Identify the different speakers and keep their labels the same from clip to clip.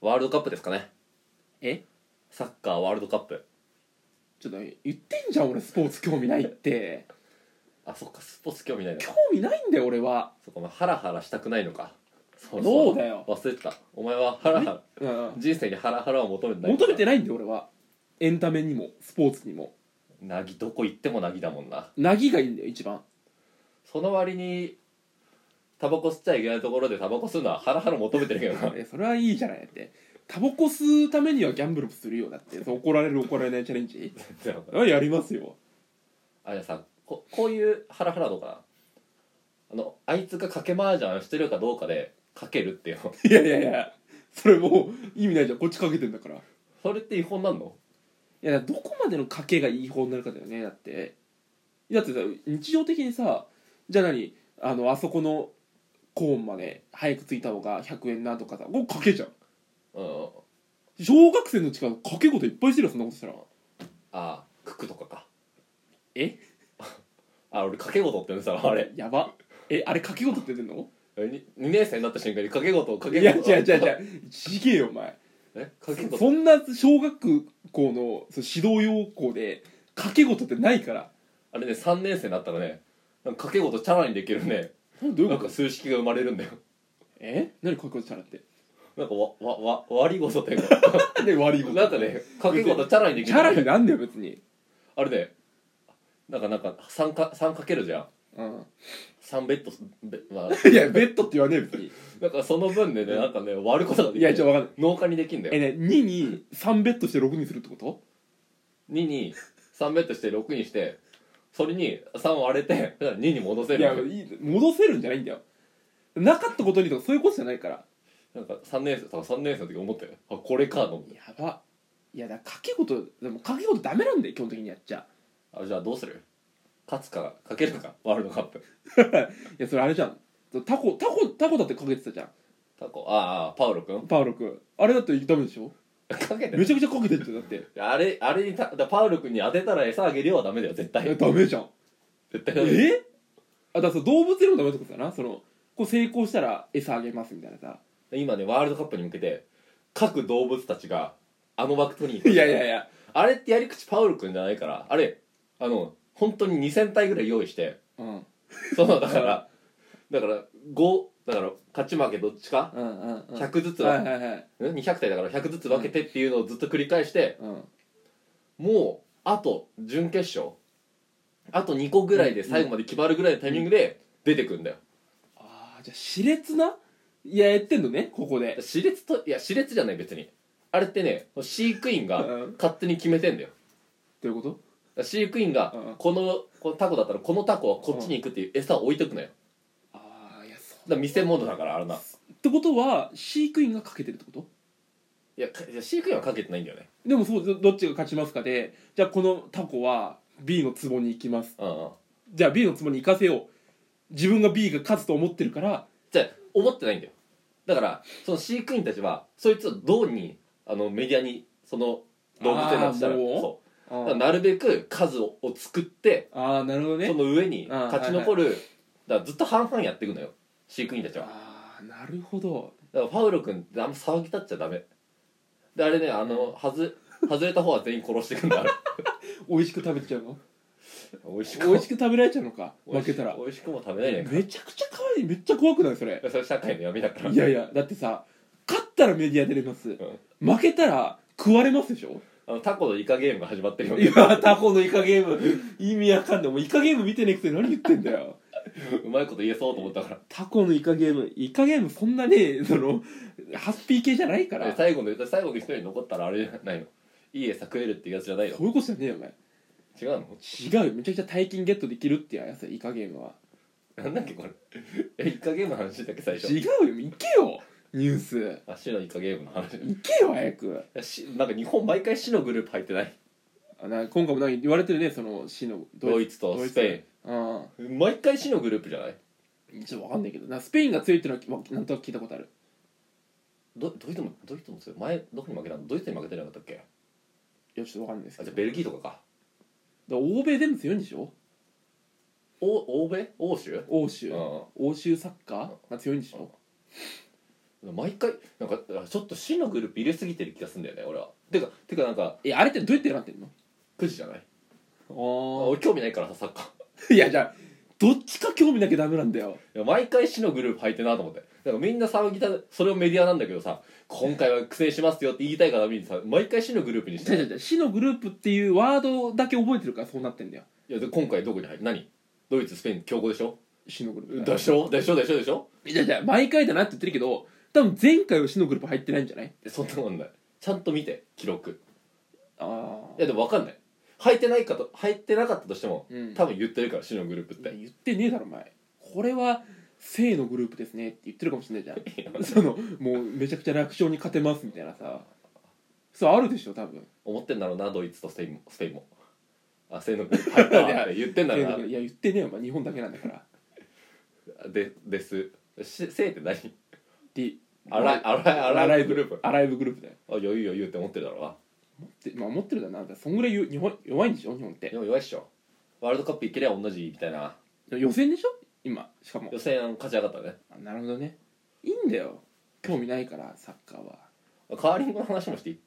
Speaker 1: ワールドカップですかね
Speaker 2: え
Speaker 1: サッカーワールドカップ
Speaker 2: ちょっと言ってんじゃん俺スポーツ興味ないって
Speaker 1: あそっかスポーツ興味ないの
Speaker 2: 興
Speaker 1: か
Speaker 2: 味ないんだよ俺は
Speaker 1: そっかまあハラハラしたくないのかそ
Speaker 2: そうだよ
Speaker 1: 忘れてたお前はハラハラ
Speaker 2: うん
Speaker 1: 人生にハラハラを求めてない
Speaker 2: 求めてないんだよ俺はエンタメにもスポーツにも
Speaker 1: なぎどこ行ってもなぎだもんな
Speaker 2: なぎがいいんだよ一 番
Speaker 1: その割にタバコ吸っちゃいけないところでタバコ吸うのはハラハラ求めてるけど な
Speaker 2: えそれはいいじゃないだってタバコ吸うためにはギャンブルするよだってそう怒られる怒られないチャレン ジあやりますよ
Speaker 1: あれさここういうハラハラとかなあのあいつが賭け麻雀してるかどうかで賭けるっていうの
Speaker 2: いやいやいや それもう意味ないじゃんこっちかけてんだからい
Speaker 1: それって違法なんの
Speaker 2: やだからどこまでの賭けが違法になるかだよねだってだってさ日常的にさじゃあ何あのあそこのコーンまで早く着いた方が100円なとかさこれ賭けじゃん
Speaker 1: うん
Speaker 2: 小学生の力賭け事いっぱいしてるよそんなことしたら
Speaker 1: あーククとかか
Speaker 2: え
Speaker 1: あ俺賭け事って言うんですよあれ
Speaker 2: やばえあれ賭け事って出てんの
Speaker 1: 2年生になった瞬間に賭け事を賭
Speaker 2: い
Speaker 1: け事
Speaker 2: や違う違う違うちげえよお前
Speaker 1: え賭け事
Speaker 2: そんな小学校のその指導要項で賭け事ってないから
Speaker 1: あれね3年生になったらねなんか賭け事チャラにできるね
Speaker 2: どうい
Speaker 1: な
Speaker 2: うん
Speaker 1: か
Speaker 2: こと
Speaker 1: 数式が生まれるんだよ
Speaker 2: え何賭け事したらって
Speaker 1: なんかわわわ割り事っていうか
Speaker 2: で悪いこと
Speaker 1: なんかね賭け事チャラにでき
Speaker 2: チ
Speaker 1: る
Speaker 2: ャラになんだよ別に
Speaker 1: あれねなんかなんか3か三かけるじゃん
Speaker 2: うん
Speaker 1: 3ベッドベまあ
Speaker 2: いやベッドって言わねえ別に
Speaker 1: なんかその分でねなんかね割ることがで
Speaker 2: い
Speaker 1: き
Speaker 2: やちょ
Speaker 1: る
Speaker 2: っと分かんない
Speaker 1: 農家にできんだ
Speaker 2: え
Speaker 1: よ
Speaker 2: ね2に3ベッドして6にするってこと
Speaker 1: 2に3ベッドして6にしてそれに3割れて2に 戻せ
Speaker 2: いや
Speaker 1: る
Speaker 2: いい戻せるんじゃないんだよなかったことにとかそういうことじゃないから
Speaker 1: なんか3年生3年生の時思ったよあこれかと思って
Speaker 2: やばいやだから賭け事でも賭け事ダメなんだよ基本的にやっちゃ
Speaker 1: あじゃあどうする勝つかかけるかワールドカップ
Speaker 2: いやそれあれじゃんタコタコタコだって賭けてたじゃん
Speaker 1: タコああパウロ君
Speaker 2: パウロ君あれだってダメでしょ
Speaker 1: かけて
Speaker 2: め
Speaker 1: る
Speaker 2: ちゃくちゃかけてんじゃんだって
Speaker 1: あれあれにただパウロ君に当てたら餌あげるよはダメだよ絶
Speaker 2: え
Speaker 1: 対
Speaker 2: ダメじゃん
Speaker 1: 絶対ダメ
Speaker 2: えあだからその動物にもダメってことだなそのこう成功したら餌あげますみたいなさ
Speaker 1: 今ねワールドカップに向けて各動物たちがあの枠取りに行く
Speaker 2: いやいやいや
Speaker 1: あれってやり口パウロ君じゃないからあれあの本当に2000体ぐらい用意して
Speaker 2: うん
Speaker 1: そのだからだから5だから勝ち負けどっちか
Speaker 2: うんうんうん
Speaker 1: 100ずつ
Speaker 2: はい
Speaker 1: は、
Speaker 2: はいはい
Speaker 1: ん200体だから100ずつ分けてっていうのをずっと繰り返して
Speaker 2: うん
Speaker 1: もうあと準決勝あと2個ぐらいで最後まで決まるぐらいのタイミングで出てくんだよ
Speaker 2: ああじゃあ熾烈ないややってんのねここで
Speaker 1: 熾烈といや熾烈じゃない別にあれってね飼育員が
Speaker 2: うん
Speaker 1: 勝手に決めてんだよ
Speaker 2: どういうこと
Speaker 1: 飼育員が
Speaker 2: うん
Speaker 1: このこのタコだったらこのタコはこっちに行くっていう餌を置いとくのよ
Speaker 2: ああいやそう
Speaker 1: だから見せ物だからあれな
Speaker 2: ってことは飼育員がかけてるってこと
Speaker 1: いやかいや飼育員はかけてないんだよね
Speaker 2: でもそうどどっちが勝ちますかでじゃあこのタコは B の壺に行きます
Speaker 1: うんうん
Speaker 2: じゃあ B の壺に行かせよう自分が B が勝つと思ってるから
Speaker 1: じゃあ思ってないんだよだからその飼育員たちはそいつをどうにあのメディアにその動物園だとしたら
Speaker 2: あーもう
Speaker 1: そう
Speaker 2: あ
Speaker 1: だから
Speaker 2: ー
Speaker 1: なるべく数をを作って
Speaker 2: あーなるほど
Speaker 1: そ
Speaker 2: ね
Speaker 1: の上に
Speaker 2: あー
Speaker 1: 勝ち残るだからずっと半々やっていくのよ飼育員たちは
Speaker 2: ああなるほど
Speaker 1: だからパウロ君ってあんま騒ぎ立っちゃダメであれねあの、はず外れた方は全員殺していくんだあれ
Speaker 2: 美味しく食べちゃうの
Speaker 1: 美味し
Speaker 2: 美味しく食べられちゃうのか 負けたら
Speaker 1: 美味しくも食べないね
Speaker 2: めちゃくちゃ可愛いめっちゃ怖くないそれ
Speaker 1: それ社会の闇だから
Speaker 2: いやいやだってさ勝ったらメディア出れます負けたら食われますでしょ
Speaker 1: あのタコのイカゲームが始まってるよ
Speaker 2: いやタコのイカゲーム意味わかんないもうイカゲーム見てねえくせに何言ってんだよ
Speaker 1: うまいこと言えそうと思ったから
Speaker 2: タコのイカゲームイカゲームそんなねそのハッピー系じゃないから
Speaker 1: え
Speaker 2: そ
Speaker 1: 最後の最後に一人残ったらあれじゃないのいい餌食えるっていうやつじゃないう
Speaker 2: いうことじゃねえよお前
Speaker 1: の違うの
Speaker 2: 違うよめちゃくちゃ大金ゲットできるっていうやつだよイカゲームは
Speaker 1: なんだっけこれえイカゲームの話だっけ最初
Speaker 2: 違うよ行けよニュース
Speaker 1: あ死のイカゲームの話
Speaker 2: 行けよ早く
Speaker 1: しなんか日本毎回死のグループ入ってない
Speaker 2: あな今回も何言われてるねその死の
Speaker 1: ドイツとスペ
Speaker 2: インあ
Speaker 1: イン毎回死のグループじゃない
Speaker 2: あちょっと分かんないけどなスペインが強いっていうのはなんとなく聞いたことある
Speaker 1: どドイツもドイツも強い前どこに負けたのドイツに負けてなかったっけ
Speaker 2: いやちょっと分かんないです
Speaker 1: あ
Speaker 2: け
Speaker 1: じ
Speaker 2: ど
Speaker 1: ゃあベルギーとかか
Speaker 2: だから欧米全部強いんでしょ
Speaker 1: お欧米欧州
Speaker 2: 欧州
Speaker 1: うん
Speaker 2: 欧州サッカーが強いんでしょ
Speaker 1: 毎回なんかちょっと死のグループ入れすぎてる気がするんだよね俺はてかてかなんか
Speaker 2: えあれってどうやって選んでんの
Speaker 1: 9時じゃない
Speaker 2: あ
Speaker 1: 俺興味ないからさサッカー
Speaker 2: あいやじゃあどっちか興味なきゃダメなんだよ
Speaker 1: いや毎回死のグループ入ってんなと思ってだからみんな騒ぎたそれをメディアなんだけどさ今回は苦戦しますよって言いたいからみんなさ毎回死のグループにして
Speaker 2: 違う違う
Speaker 1: い
Speaker 2: 違う死のグループっていうワードだけ覚えてるからそうなってんだよ
Speaker 1: やで今回どこに入る何ドイツスペイン強豪でしょ
Speaker 2: 死のグループ
Speaker 1: でしょでしょでしょでしょ
Speaker 2: いやいや毎回だなって言ってるけど多分前回は死のグループ入ってないんじゃない
Speaker 1: そんなもんないちゃんと見て記録
Speaker 2: あ
Speaker 1: いやでも分かんない入ってないかと入ってなかったとしても、
Speaker 2: うん
Speaker 1: 多分言ってるから死のグループって
Speaker 2: 言ってねえだろお前これは正のグループですねって言ってるかもしれないじゃんそのもうめちゃくちゃ楽勝に勝てますみたいなさそうあるでしょ多分
Speaker 1: 思ってんだろうなドイツとスペインもスペインもあせーのグループ入 ったわって言ってんだ
Speaker 2: 正
Speaker 1: ろ
Speaker 2: の
Speaker 1: う
Speaker 2: グループいや言ってねえよお前日本だけなんだから
Speaker 1: なでですしせーって何
Speaker 2: で
Speaker 1: アライアライアライグループ
Speaker 2: アライブグループだよ
Speaker 1: あ余裕余裕って思ってるだろうな
Speaker 2: でまあ持ってるだろなんかそんぐらいゆ日本弱いんでしょ日本って
Speaker 1: でも弱いっしょワールドカップ行けりゃ同じみたいな
Speaker 2: 予選でしょ今しかも
Speaker 1: 予選勝ち上がったね
Speaker 2: あなるほどねいいんだよ興味ないからサッカーは
Speaker 1: カーリングの話もしていい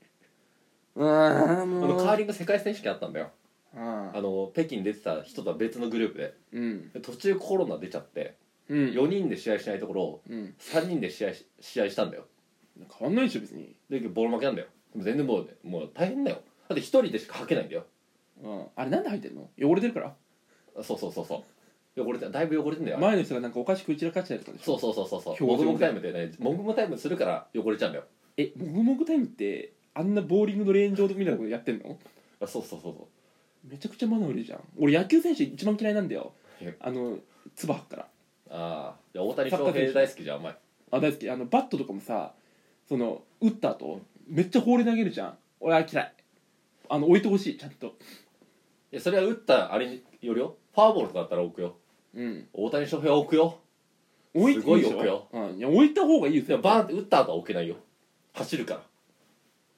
Speaker 2: ああ
Speaker 1: あ
Speaker 2: も
Speaker 1: のカーリング世界選手権あったんだよ
Speaker 2: あ
Speaker 1: あの北京出てた人とは別のグループで
Speaker 2: うん
Speaker 1: で途中コロナ出ちゃって
Speaker 2: うん
Speaker 1: 4人で試合しないところを
Speaker 2: うん
Speaker 1: 3人で試合し試合したんだよ
Speaker 2: 変わんないでしょ別に、
Speaker 1: でボロ負けなんだよでも全然もうねもう大変だよだって1人でしか履けないんだよ
Speaker 2: うん、あれなんで入ってんの汚れてるから
Speaker 1: あそうそうそうそう汚れてだいぶ汚れてんだよ、
Speaker 2: 前の人がなんかお菓子食い散らかしたりとかでしょ
Speaker 1: そうそうそうそうそう
Speaker 2: 表
Speaker 1: も
Speaker 2: 情
Speaker 1: ぐもぐタイムでねもぐもぐタイムするから汚れちゃうんだよ
Speaker 2: えもぐもぐタイムってあんなボーリングのレーン上みたいなことやってんの
Speaker 1: あそうそうそうそ
Speaker 2: めちゃくちゃマナー悪いじゃん俺野球選手一番嫌いなんだよ
Speaker 1: いや
Speaker 2: あのつば吐くから
Speaker 1: うああ大谷翔平大好きじゃんお前
Speaker 2: あ大好きあのバットとかもさその打った後めっちゃ放り投げるじゃん俺は嫌いあの置いてほしいちゃんと
Speaker 1: いやそれは打ったあれによるよファーボールとかだったら置くよ
Speaker 2: うん
Speaker 1: 大谷翔平は置くよ
Speaker 2: 置いて
Speaker 1: すごい
Speaker 2: でしょ
Speaker 1: 置くよ
Speaker 2: うん、いや置いた方がいいです
Speaker 1: で
Speaker 2: よ
Speaker 1: もバーンって打った後は置けないよ走るか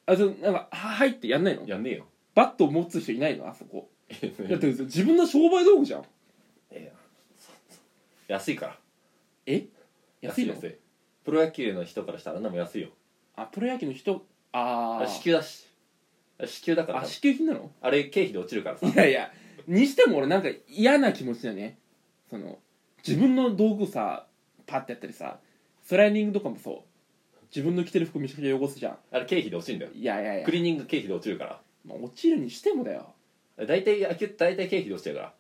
Speaker 2: あそのなんかは入ってやんないの
Speaker 1: らやん ねえよ
Speaker 2: バットを持つ人いないのあそこだっ
Speaker 1: い
Speaker 2: て自分の商売道具じゃん
Speaker 1: やそそ安いから
Speaker 2: え安いの
Speaker 1: 安いプロ野球の人からしたらあんなもん安いよ
Speaker 2: あプロ野球の人
Speaker 1: あ
Speaker 2: ああ
Speaker 1: れ支給だしあれ支給だから
Speaker 2: あ支給品なの
Speaker 1: あれ経費で落ちる からさ
Speaker 2: いやいやにしても俺なんか嫌な気持ちだねその自分の道具さパッてやったりさスライディングとかもそう自分の着てる服めちゃくちゃ汚すじゃん
Speaker 1: あれ経費で落ちるんだよ
Speaker 2: いやいやいや
Speaker 1: ク、リーニング経費で落ちるから
Speaker 2: まあ、落ちるにしてもだよ
Speaker 1: あれ大体野球って大体経費で落ちてるから
Speaker 2: い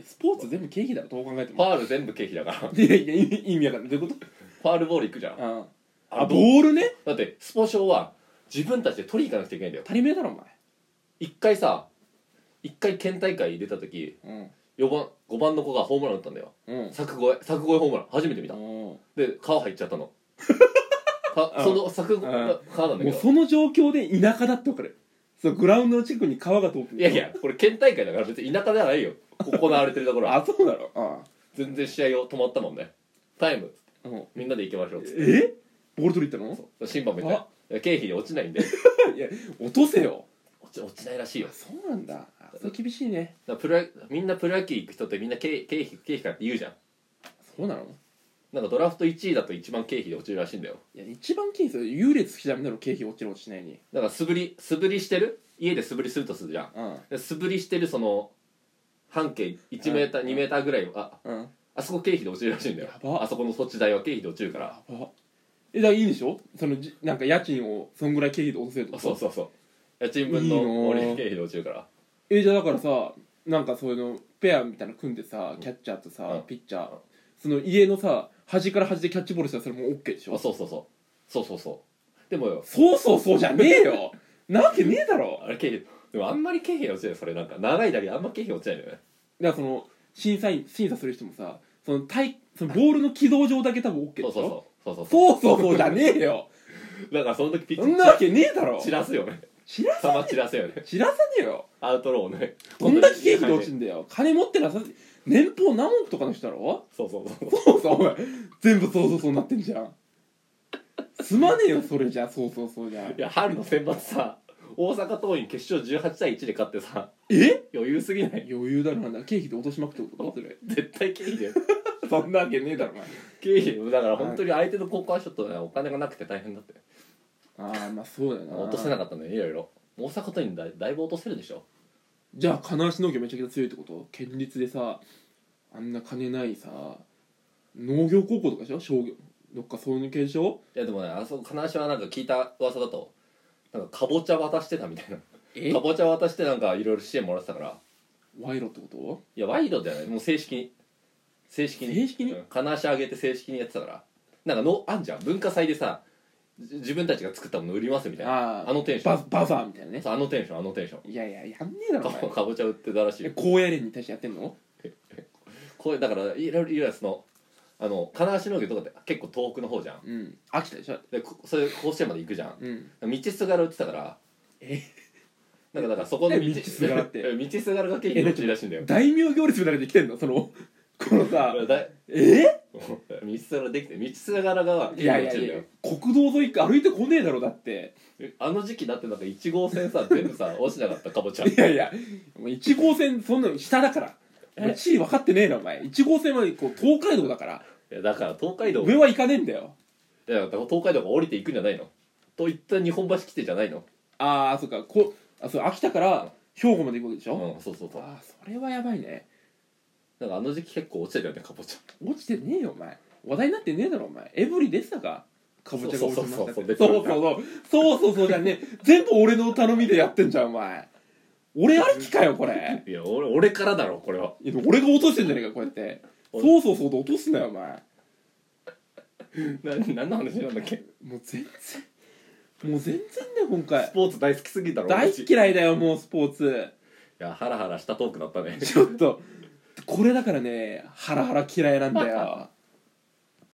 Speaker 2: やスポーツ全部経費だろどう考えて
Speaker 1: フ
Speaker 2: も
Speaker 1: ァール全部経費だからフ
Speaker 2: いやいや意味意味わかんないどういうこ
Speaker 1: ァールボール行くじゃん
Speaker 2: とうん
Speaker 1: あ
Speaker 2: あ
Speaker 1: どう
Speaker 2: ボールね
Speaker 1: だってスポ少は自分たちで取りに行かなくちゃいけないんだよ
Speaker 2: 足りめえだろお
Speaker 1: 一回さ一回県大会出た時
Speaker 2: 前
Speaker 1: 4番5番の子がホームラン打ったんだよ
Speaker 2: うんうん
Speaker 1: 柵越え柵越えホームラン初めて見た
Speaker 2: も
Speaker 1: で川入っちゃった のか
Speaker 2: うん
Speaker 1: その柵越え
Speaker 2: うん
Speaker 1: 川なんだけ
Speaker 2: う
Speaker 1: ど
Speaker 2: その状況で田舎だってわかるそのグラウンドの近くに川が通ってる
Speaker 1: いやいやこれ県大会だから別に田舎じゃないよ行われてるところは
Speaker 2: あそうだろうん
Speaker 1: 全然試合を止まったもんねタイム
Speaker 2: うん
Speaker 1: みんなで行きましょうっつって
Speaker 2: えボール取り行ったの
Speaker 1: そう審判も言ったよ経費で落ちないんで
Speaker 2: 落とせよ
Speaker 1: 落ち落ちないらしいよだか
Speaker 2: そうなんだあそれ厳しいね
Speaker 1: らプロ野みんなプロ野球行く人ってみんな経経費経費かって言うじゃん
Speaker 2: そうなの
Speaker 1: なんかドラフト1位だと一番経費で落ちるらしいんだよ
Speaker 2: いや一番気にする優劣ひだめだろ経費落ちる落ちないに
Speaker 1: だから素振り素振りしてる家で素振りするとするじゃん
Speaker 2: うん
Speaker 1: で素振りしてるその半径1メーター
Speaker 2: うん
Speaker 1: 2メーターぐらいあ
Speaker 2: うん
Speaker 1: あそこ経費で落ちるらしいんだよ
Speaker 2: やば
Speaker 1: あそこの土地代は経費で落ちるから
Speaker 2: やばえだからいいんでしょそのじなんか家賃をそんぐらい経費で落とせるって
Speaker 1: あ
Speaker 2: こ
Speaker 1: そ
Speaker 2: と
Speaker 1: うそうそう家賃分
Speaker 2: いいの
Speaker 1: の
Speaker 2: ー
Speaker 1: 俺経費で落ちるから
Speaker 2: えじゃあだからさなんかそういうのペアみたいなの組んでさキャッチャーとさ、
Speaker 1: うん
Speaker 2: ピッチャー、
Speaker 1: うん
Speaker 2: その家のさ端から端でキャッチボールしたらそれもう OK でしょ
Speaker 1: あそうそうそうそうそうそうでもよ
Speaker 2: そうそうそうじゃねえよなわけねえだろ
Speaker 1: あれ経費でもあんまり経費が落ちないそれなんか長いだけであんま経費落ちないんだよね
Speaker 2: だからその審査員審査する人もさその体そのボールの軌道上だけ多分 OK でし
Speaker 1: そ
Speaker 2: ょ
Speaker 1: うそうそうそうそう
Speaker 2: そうそうそうじゃねえよ
Speaker 1: だからその時ピッ
Speaker 2: そ
Speaker 1: チ
Speaker 2: んなわけねえだろ
Speaker 1: 散らすよね
Speaker 2: 知ら
Speaker 1: 球散らすよね
Speaker 2: 知らさねえよ
Speaker 1: アウトローをね
Speaker 2: どんだけ経費で落ちんだよ金持ってなさ年俸何億とかの人だろ
Speaker 1: そうそうそう
Speaker 2: そうそうお前全部そうそうそうなってんじゃんすまねえよそれじゃそうそうそうじゃ
Speaker 1: いや春の選抜さ大阪桐蔭決勝18対1で勝ってさ
Speaker 2: え
Speaker 1: 余裕すぎない
Speaker 2: 余裕だろなんだ経費で落としまくってことかそれ
Speaker 1: 絶対経費で
Speaker 2: そんなわけねえだろお前
Speaker 1: 経費だから本当に相手の高校はちょっとねお金がなくて大変だって
Speaker 2: ああまあそうだよな
Speaker 1: 落とせなかったのよいろいろ大阪桐蔭だだいぶ落とせるでしょ
Speaker 2: じゃあ金足農業めちゃくちゃ強いってこと県立でさあんな金ないさ農業高校とかでしょ商業どっかそういう系でしょ
Speaker 1: いやでもねあそこ金足はなんか聞いた噂だとなんかかぼちゃ渡してたみたいな
Speaker 2: え
Speaker 1: かぼちゃ渡してなんかいろいろ支援もらってたから
Speaker 2: 賄賂ってこと
Speaker 1: いや賄賂じゃないもう正式に正式に
Speaker 2: 正式に
Speaker 1: うん金足上げて正式にやってたからなんかのあんじゃん文化祭でさじ自分たちが作ったもの売りますみたいな
Speaker 2: あー
Speaker 1: あのテンション
Speaker 2: ババザーみたいなね
Speaker 1: そうあのテンションあのテンション
Speaker 2: いやいややんねえだろお
Speaker 1: か
Speaker 2: 前
Speaker 1: かぼちゃ売ってたらしい
Speaker 2: え
Speaker 1: よ
Speaker 2: 高野連に対してやってんの
Speaker 1: これだからいろいろいろそのあの金足農業とかって結構遠くの方じゃん
Speaker 2: うん秋田でしょ
Speaker 1: でこそれ甲子園まで行くじゃん
Speaker 2: うん
Speaker 1: 道すがるって言ってたから
Speaker 2: え
Speaker 1: なんかだからそこの
Speaker 2: え道すがるっ て
Speaker 1: 道すがるが経費のうちらしいんだよ
Speaker 2: 大名行列みたいなので来てんのその このさ
Speaker 1: だい
Speaker 2: え
Speaker 1: 道すがるできて道すがるが経
Speaker 2: いや
Speaker 1: 費
Speaker 2: い
Speaker 1: のう
Speaker 2: や
Speaker 1: ち
Speaker 2: い
Speaker 1: だ
Speaker 2: や
Speaker 1: よ
Speaker 2: 国道沿い歩いてこねえだろだって
Speaker 1: えあの時期だってなんか1号線さ全部 さ落ちなかったかぼちゃ
Speaker 2: いやいやお前1号線そんなの下だからお前地理分かってねえなお前1号線はこう東海道だから
Speaker 1: いやだから東海道い
Speaker 2: 上は行かねえんだよ
Speaker 1: やだから東海道が降りていくんじゃないのといった日本橋来てじゃないの
Speaker 2: ああそっかこあそう秋田から兵庫まで行くわけでし
Speaker 1: う
Speaker 2: ょ、
Speaker 1: んそうそうそう
Speaker 2: ああそれはやばいね
Speaker 1: なんかあの時期結構落ちてたよねかぼちゃ
Speaker 2: 落ちてねえよお前話題になってねえだろお前エブリ出てたかかぼちゃが落ちましたって
Speaker 1: そ
Speaker 2: そうう
Speaker 1: そ
Speaker 2: そうう
Speaker 1: そ
Speaker 2: そうそうそうそうじゃねえ全部俺の頼みでやってんじゃんお前俺ありきかよこれ
Speaker 1: いや俺俺からだろこれはい
Speaker 2: や俺が落としてんじゃねえかこうやってそうそうそうと落とすなよお前
Speaker 1: な何の話なんだっけ
Speaker 2: もう全然もう全然だよ今
Speaker 1: ス
Speaker 2: 回
Speaker 1: ポーツ大好きすぎだろ
Speaker 2: 大
Speaker 1: 俺たち
Speaker 2: 嫌いだよもうスポーツ
Speaker 1: いやハラハラしたトークだったね
Speaker 2: ちょっとこれだからねハラハラ嫌いなんだよ